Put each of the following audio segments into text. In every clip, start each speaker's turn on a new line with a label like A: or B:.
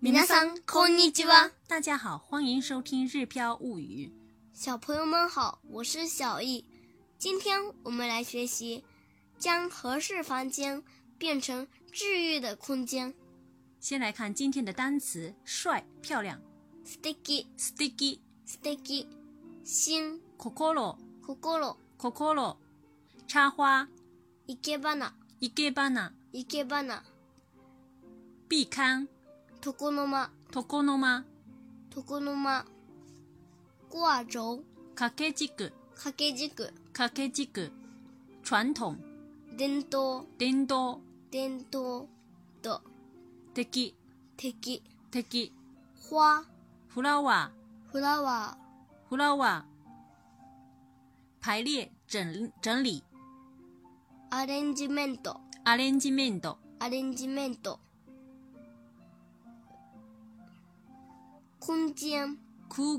A: 皆さんこんにちは。
B: 大家好，欢迎收听《日飘物语》。
A: 小朋友们好，我是小易。今天我们来学习将合适房间变成治愈的空间。
B: 先来看今天的单词：帅、漂亮、
A: 素敵、
B: sticky、
A: 素敵、心、
B: kokoro、
A: 心、
B: kokoro、插花、
A: いけばな、
B: i k e b a n a
A: いけばな、
B: 壁龛、
A: 床の間、
B: tokonoma、
A: 床の間。コア轴、
B: 掛け軸、
A: 掛け軸、
B: 掛け軸、传统、
A: 伝統、
B: 伝道、
A: 伝統、と、
B: 敵、
A: 敵、
B: 敵、
A: 花、
B: フラワ
A: フラ
B: ー、
A: ワ
B: フラワー、排列、整整理、
A: ー、アレンジメント、
B: アレンジメント、
A: アレンジメント。空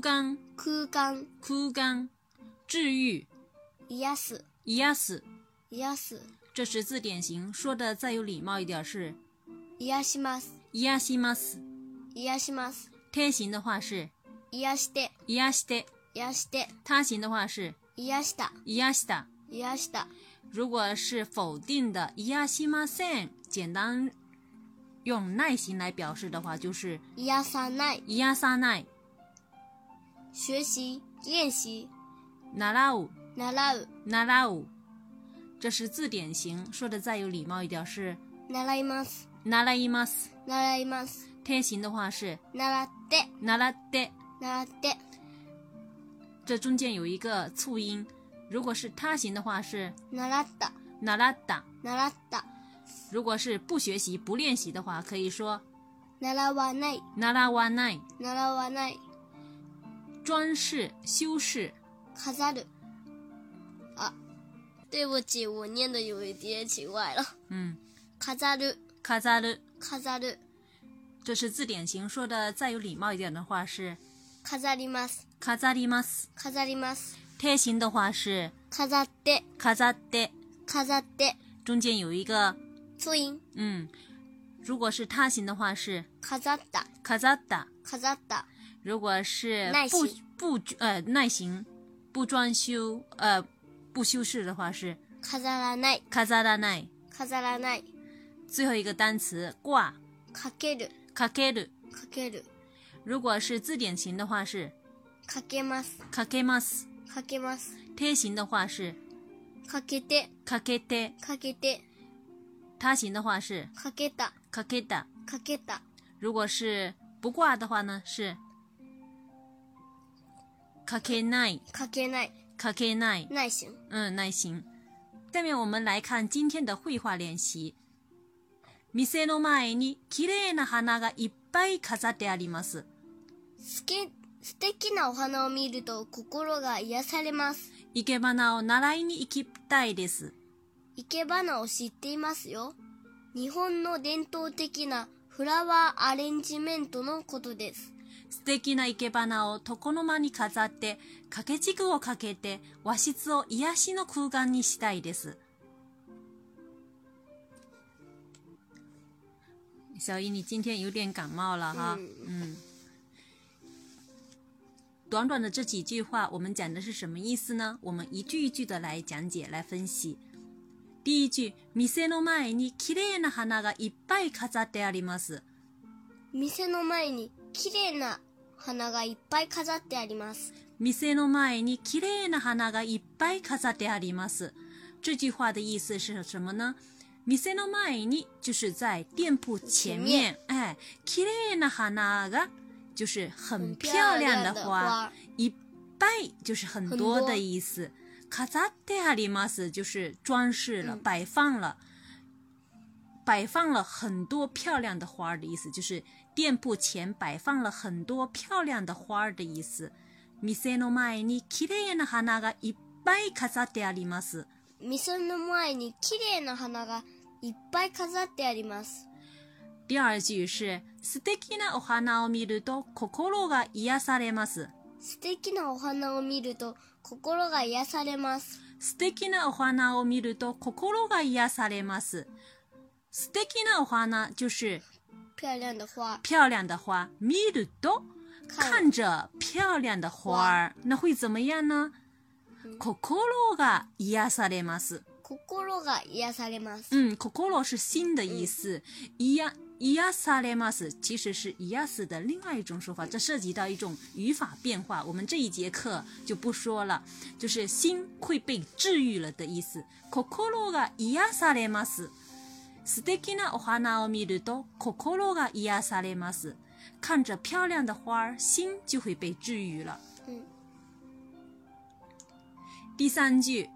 B: 空
A: 間、
B: 間、
A: 空間、
B: 空間、治愈、
A: 癒す、
B: 癒す。
A: 癒す、
B: 这十字典型说的再有礼貌一点是
A: 癒します、
B: 癒します。
A: 癒します、
B: 贴形的话是
A: 癒して、
B: 癒して，
A: 癒して、
B: 他形的话是
A: 癒した、
B: 癒した。
A: 癒した。
B: 如果是否定的癒しません，简单用耐心来表示的话就是
A: 癒さない、
B: 癒さない。
A: 学習、練習、
B: 習う、
A: 習う、
B: 習う。这是字典型，说的再有礼貌一点是
A: 習います、
B: 習います。
A: 習います、
B: 贴形的话是
A: 習って、
B: 習って。
A: 習って、
B: 这中间有一个促音，如果是他形的话是
A: 習った、
B: 習った。
A: 習った、
B: 如果是不学习、不练习的话，可以说
A: 習わない、
B: 習わない。
A: 習わない。
B: 装饰、修饰、
A: 飾る。あ、对不起，我念的有一点奇怪了。
B: 嗯，
A: 飾る、
B: 飾る。
A: 飾る、
B: 这是字典型说的，再有礼貌一点的话是
A: 飾ります、
B: 飾ります。
A: 飾ります、
B: 贴形的话是
A: 飾って、
B: 飾って，
A: 飾って、
B: 中间有一个
A: ツイン、
B: 嗯。如果是他形的话是
A: 飾った、
B: 飾った。
A: 飾った、
B: 如果是
A: 耐
B: 不
A: 形
B: 不呃耐形、不装修呃不修饰的话是
A: 飾らない、
B: 飾らない。
A: 飾らない、
B: 最后一个单词挂
A: かける、
B: かける。
A: かける、
B: 如果是字典型的话是
A: かけます、
B: かけます，
A: かけます、
B: 贴形的话是
A: かけて、
B: かけて，
A: かけて、
B: 他形的话是
A: かけた、
B: かけた。
A: かけた、
B: 如果是不挂的话呢是かけない，
A: かけない、
B: かけない。
A: 内心。
B: 嗯，耐心。下面我们来看今天的绘画练习。店の前に綺麗な花がいっぱい飾ってあります。
A: すけ素敵なお花を見ると心が癒されます。
B: 生け花を習いに行きたいです。
A: 生け花を知っていますよ。日本の伝統的なフラワーアレンジメントのことです。
B: 素敵な生け花を床の間に飾って、掛け軸をかけて、和室を癒しの空間にしたいです。小姨，你今天有点感冒了哈？嗯。短短的这几句话，我们讲的是什么意思呢？我们一句一句的来讲解、来分析。第一句，店の前に綺麗な花がいっぱい飾ってあります。
A: 店の前に綺麗な花がいっぱい飾ってあります。
B: 店の前に綺麗な花がいっぱい飾ってあります。这句话的意思是什么呢？店の前に就是在店铺前面，哎，綺麗な花が就是很漂亮的花，いっぱい就是很多的意思。飾ってあります就是装饰了、
A: 嗯
B: 摆放了，摆放了很多漂亮的花儿的意思，就是店铺前摆放了很多漂亮的花儿的意思。店の前に綺麗な花がいっぱい飾ってあります。
A: 店の前に綺麗な花がいっぱい飾ってあります。
B: 第二句是素敵なお花を見ると心が癒されます。
A: 素敵なお花を見ると心が癒されます。
B: 素敵なお花を見ると心が癒されます。素敵なお花就是
A: 漂亮的花，
B: 漂亮的花，見ると看着漂亮的花儿，那会怎么样呢？心が癒されます。
A: 心が癒されます。
B: 嗯，心是心的意思，癒癒されます其实是癒死的另外一种说法，这涉及到一种语法变化，我们这一节课就不说了。就是心会被治愈了的意思。心が癒されます。素敵なお花を見ると心が癒されます。看着漂亮的花儿，心就会被治愈了。
A: 嗯，
B: 第三句，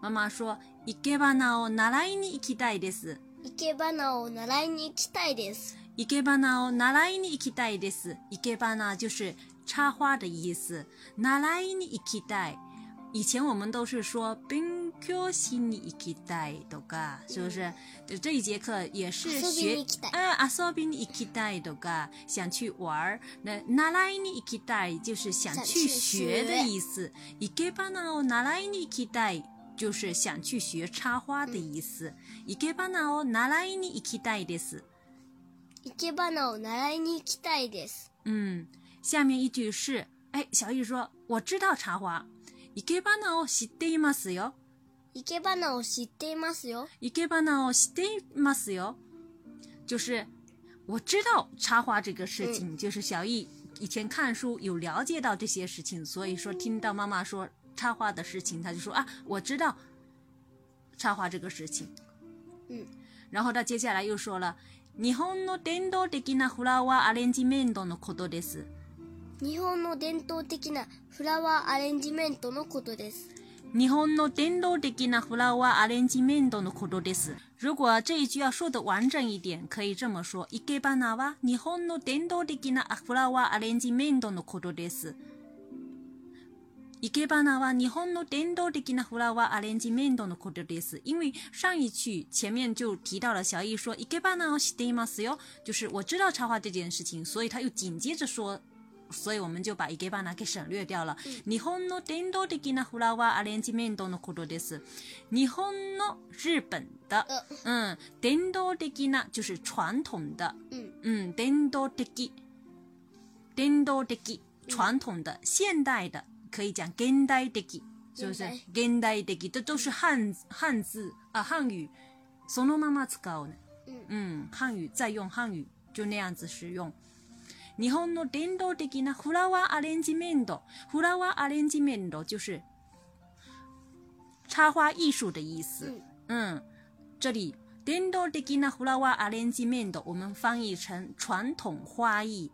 B: 妈妈说：“生け花を習いに行きたいです。”
A: 生け花を習いに行きたいです。
B: 生け花を習いに行きたいです。生け花就是插花的意思。習いに行きたい。以前我们都是说勉強しに行きたいとか，是不是？就这一节课也是
A: 遊び
B: 学
A: に行きたい
B: 哎，遊びに行きたいとか，想去玩儿。那習いに行きたい就是想去学的意思。生け花を習いに行きたい就是想去学插花的意思。生け花を習いに行きたいです。
A: 生け花を習いに行きたいです。
B: 嗯，下面一句是，哎，小易说我知道茶花，生け花を知っていますよ。
A: 生け花を知っていますよ。
B: 生け花を知っていますよ，就是我知道插花这个事情，就是小易以前看书有了解到这些事情，所以说听到妈妈说插花的事情，他就说啊，我知道插花这个事情。
A: 嗯，
B: 然后他接下来又说了，日本の伝統的なフラワーアレンジメントのことです。
A: 日本の伝統的なフラワーアレンジメントのことです。
B: 日本の伝統的なフラワーアレンジメントのことです。如果这一句要说的完整一点，可以这么说：生け花は日本の伝統的なフラワーアレンジメントのことです。生け花は日本の伝統的なフラワーアレンジメントのことです。因为上一句前面就提到了小易说生け花を知っていますよ，就是我知道插花这件事情，所以他又紧接着说所以我们就把 ikebana 给省略掉了。日本の伝統的なフラワーアレンジメントのことです。日本の日本的，嗯，伝統的な就是传统的，
A: うん。
B: 嗯，伝統的，伝統的传统的，现代的可以讲現代的，是不是？現代的，这都是汉汉字啊，汉语そのまま使うね。
A: うん。
B: 嗯，汉语再用汉语，就那样子使用。日本の伝統的なフラワーアレンジメント，フラワーアレンジメント就是插花艺术的意思。嗯，这里伝統的なフラワーアレンジメント，我们翻译成传统花艺。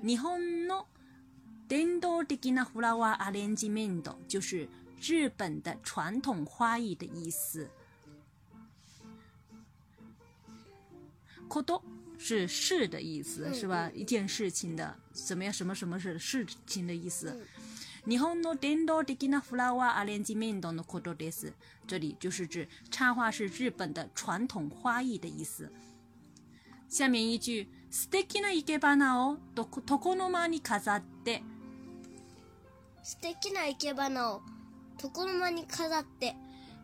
B: 日本の伝統的なフラワーアレンジメント就是日本的传统花艺的意思。こと是事的意思，
A: 嗯
B: 是吧？
A: 嗯
B: 一件事情的怎么样，什么什么是事情的意思。日本の伝統的なフラワーアレンジメントのことです。这里就是指插画是日本的传统花艺的意思。下面一句，素敵な生け花をどこ床の間に飾って。
A: 素敵な生け花を床の間に飾って、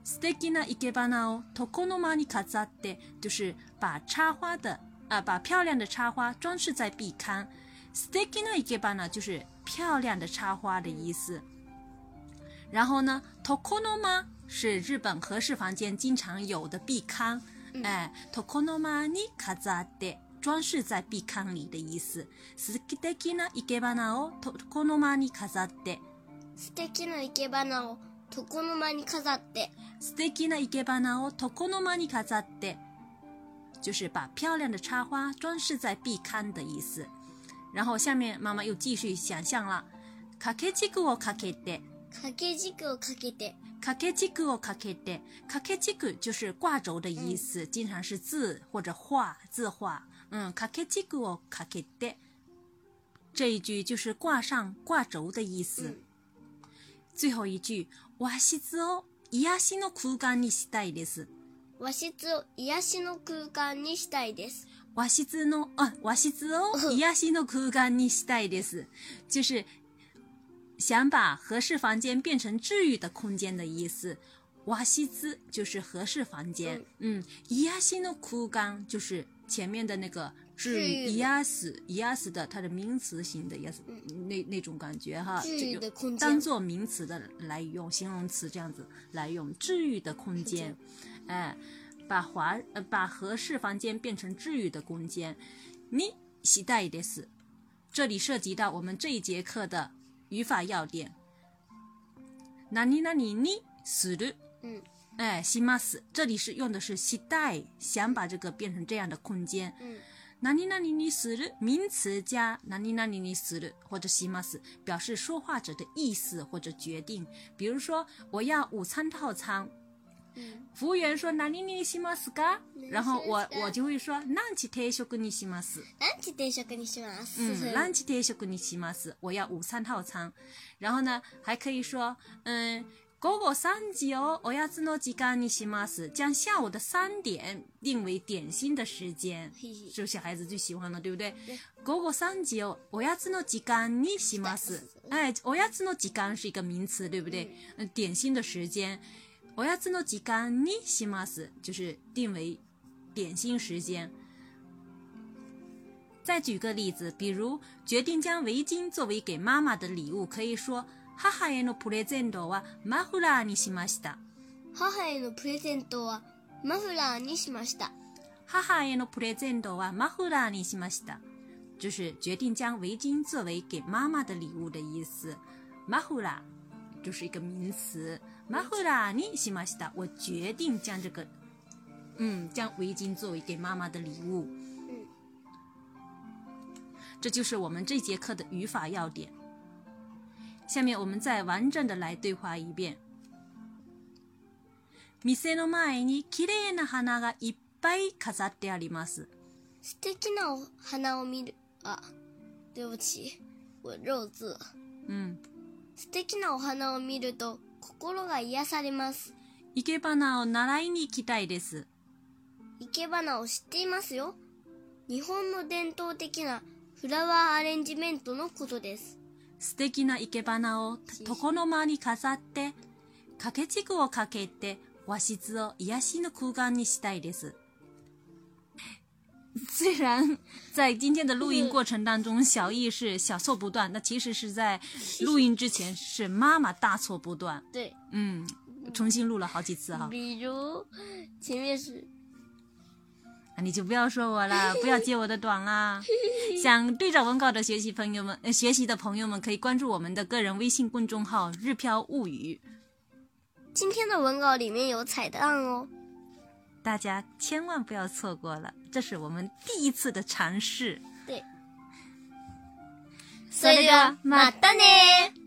B: 素敵な生け花を床の間に飾って，就是把插花的啊、把漂亮的插花装饰在壁龛。素敵な生け花就是漂亮的插花的意思。然后呢，床の間是日本和室房间经常有的壁龛，哎，床の間に飾って。装饰在壁龛里的意思。素敵な生け花を床の間に飾って。
A: 素敵な生け花を床の間に飾って、
B: 素敵な生け花を床の間に飾って，就是把漂亮的插花装饰在壁龛的意思。然后下面妈妈又继续想象了，掛け軸を掛けて，
A: 掛け軸をかけて、
B: 掛け軸を掛けて，掛け軸就是挂轴的意思，经常是字或者画字画。嗯，掛け軸を掛けて，这一句就是挂上挂轴的意思。
A: 嗯
B: 最后一句，和室を癒しの空間にしたいです。
A: 和室を癒しの空間にしたいです。
B: 和室の、あ、和室を癒しの空間にしたいです。就是想把合适房间变成治愈的空间的意思。和室就是合适房间，嗯，癒しの空間就是前面的那个治愈、
A: 治愈的
B: 癒死、癒死的它的名词型的也是那那种感觉哈，
A: 治愈
B: 就
A: 的空间
B: 当做名词的来用，形容词这样子来用，治愈的空间，哎，把华呃把合适房间变成治愈的空间，你期待です。这里涉及到我们这一节课的语法要点。何々にする
A: 嗯
B: 哎，します。这里是用的是期待，想把这个变成这样的空间。
A: 嗯
B: 何々にする名词加何々にする或者します，表示说话者的意思或者决定。比如说，我要午餐套餐，
A: 嗯
B: 服务员说何々にしますか
A: 何々にします？か
B: 然后我我就会说ランチ定食にします。
A: ランチ定食にします。
B: 嗯，ランチ定食にします。我要午餐套餐。然后呢，还可以说，嗯，午後三時をおやつの時間にします。将下午的三点定为点心的时间
A: 嘿嘿，
B: 是不是小孩子最喜欢了，对不对？午後三時をおやつの時間にします。哎，おやつの時間是一个名词，对不对？嗯，点心的时间，おやつの時間にします，就是定为点心时间。再举个例子，比如决定将围巾作为给妈妈的礼物，可以说母へのプレゼントはマフラーにしました。
A: 母へのプレゼントはマフラーにしました。
B: 母へのプレゼントはマフラーにしました。就是决定将围巾作为给妈妈的礼物的意思。マフラー就是一个名词。マフラーにしました。我决定将这个，嗯，将围巾作为给妈妈的礼物。
A: 嗯
B: 这就是我们这节课的语法要点。下面我们再完整的来对话一遍。店の前に綺麗な花がいっぱい飾ってあります。
A: 素敵なお花を見る。あ、对不起。我漏字了。
B: うん。
A: 素敵なお花を見ると心が癒されます。
B: 生け花を習いに行きたいです。
A: 生け花を知っていますよ。日本の伝統的なフラワーアレンジメントのことです。
B: 素敵な生け花を床の間に飾って、掛け軸をかけて和室を癒しの空間にしたいです。虽然在今天的录音过程当中，小易是小错不断，那其实是在录音之前是妈妈大错不断，
A: 对，
B: 嗯，重新录了好几次哈，
A: 比如前面是
B: 你就不要说我了，不要揭我的短啦。想对照文稿的学习朋友们，呃，学习的朋友们可以关注我们的个人微信公众号“日飘物语
A: 今天的文稿里面有彩蛋哦。”，
B: 大家千万不要错过了，这是我们第一次的尝试。
A: 对，
B: それでは
A: またねー。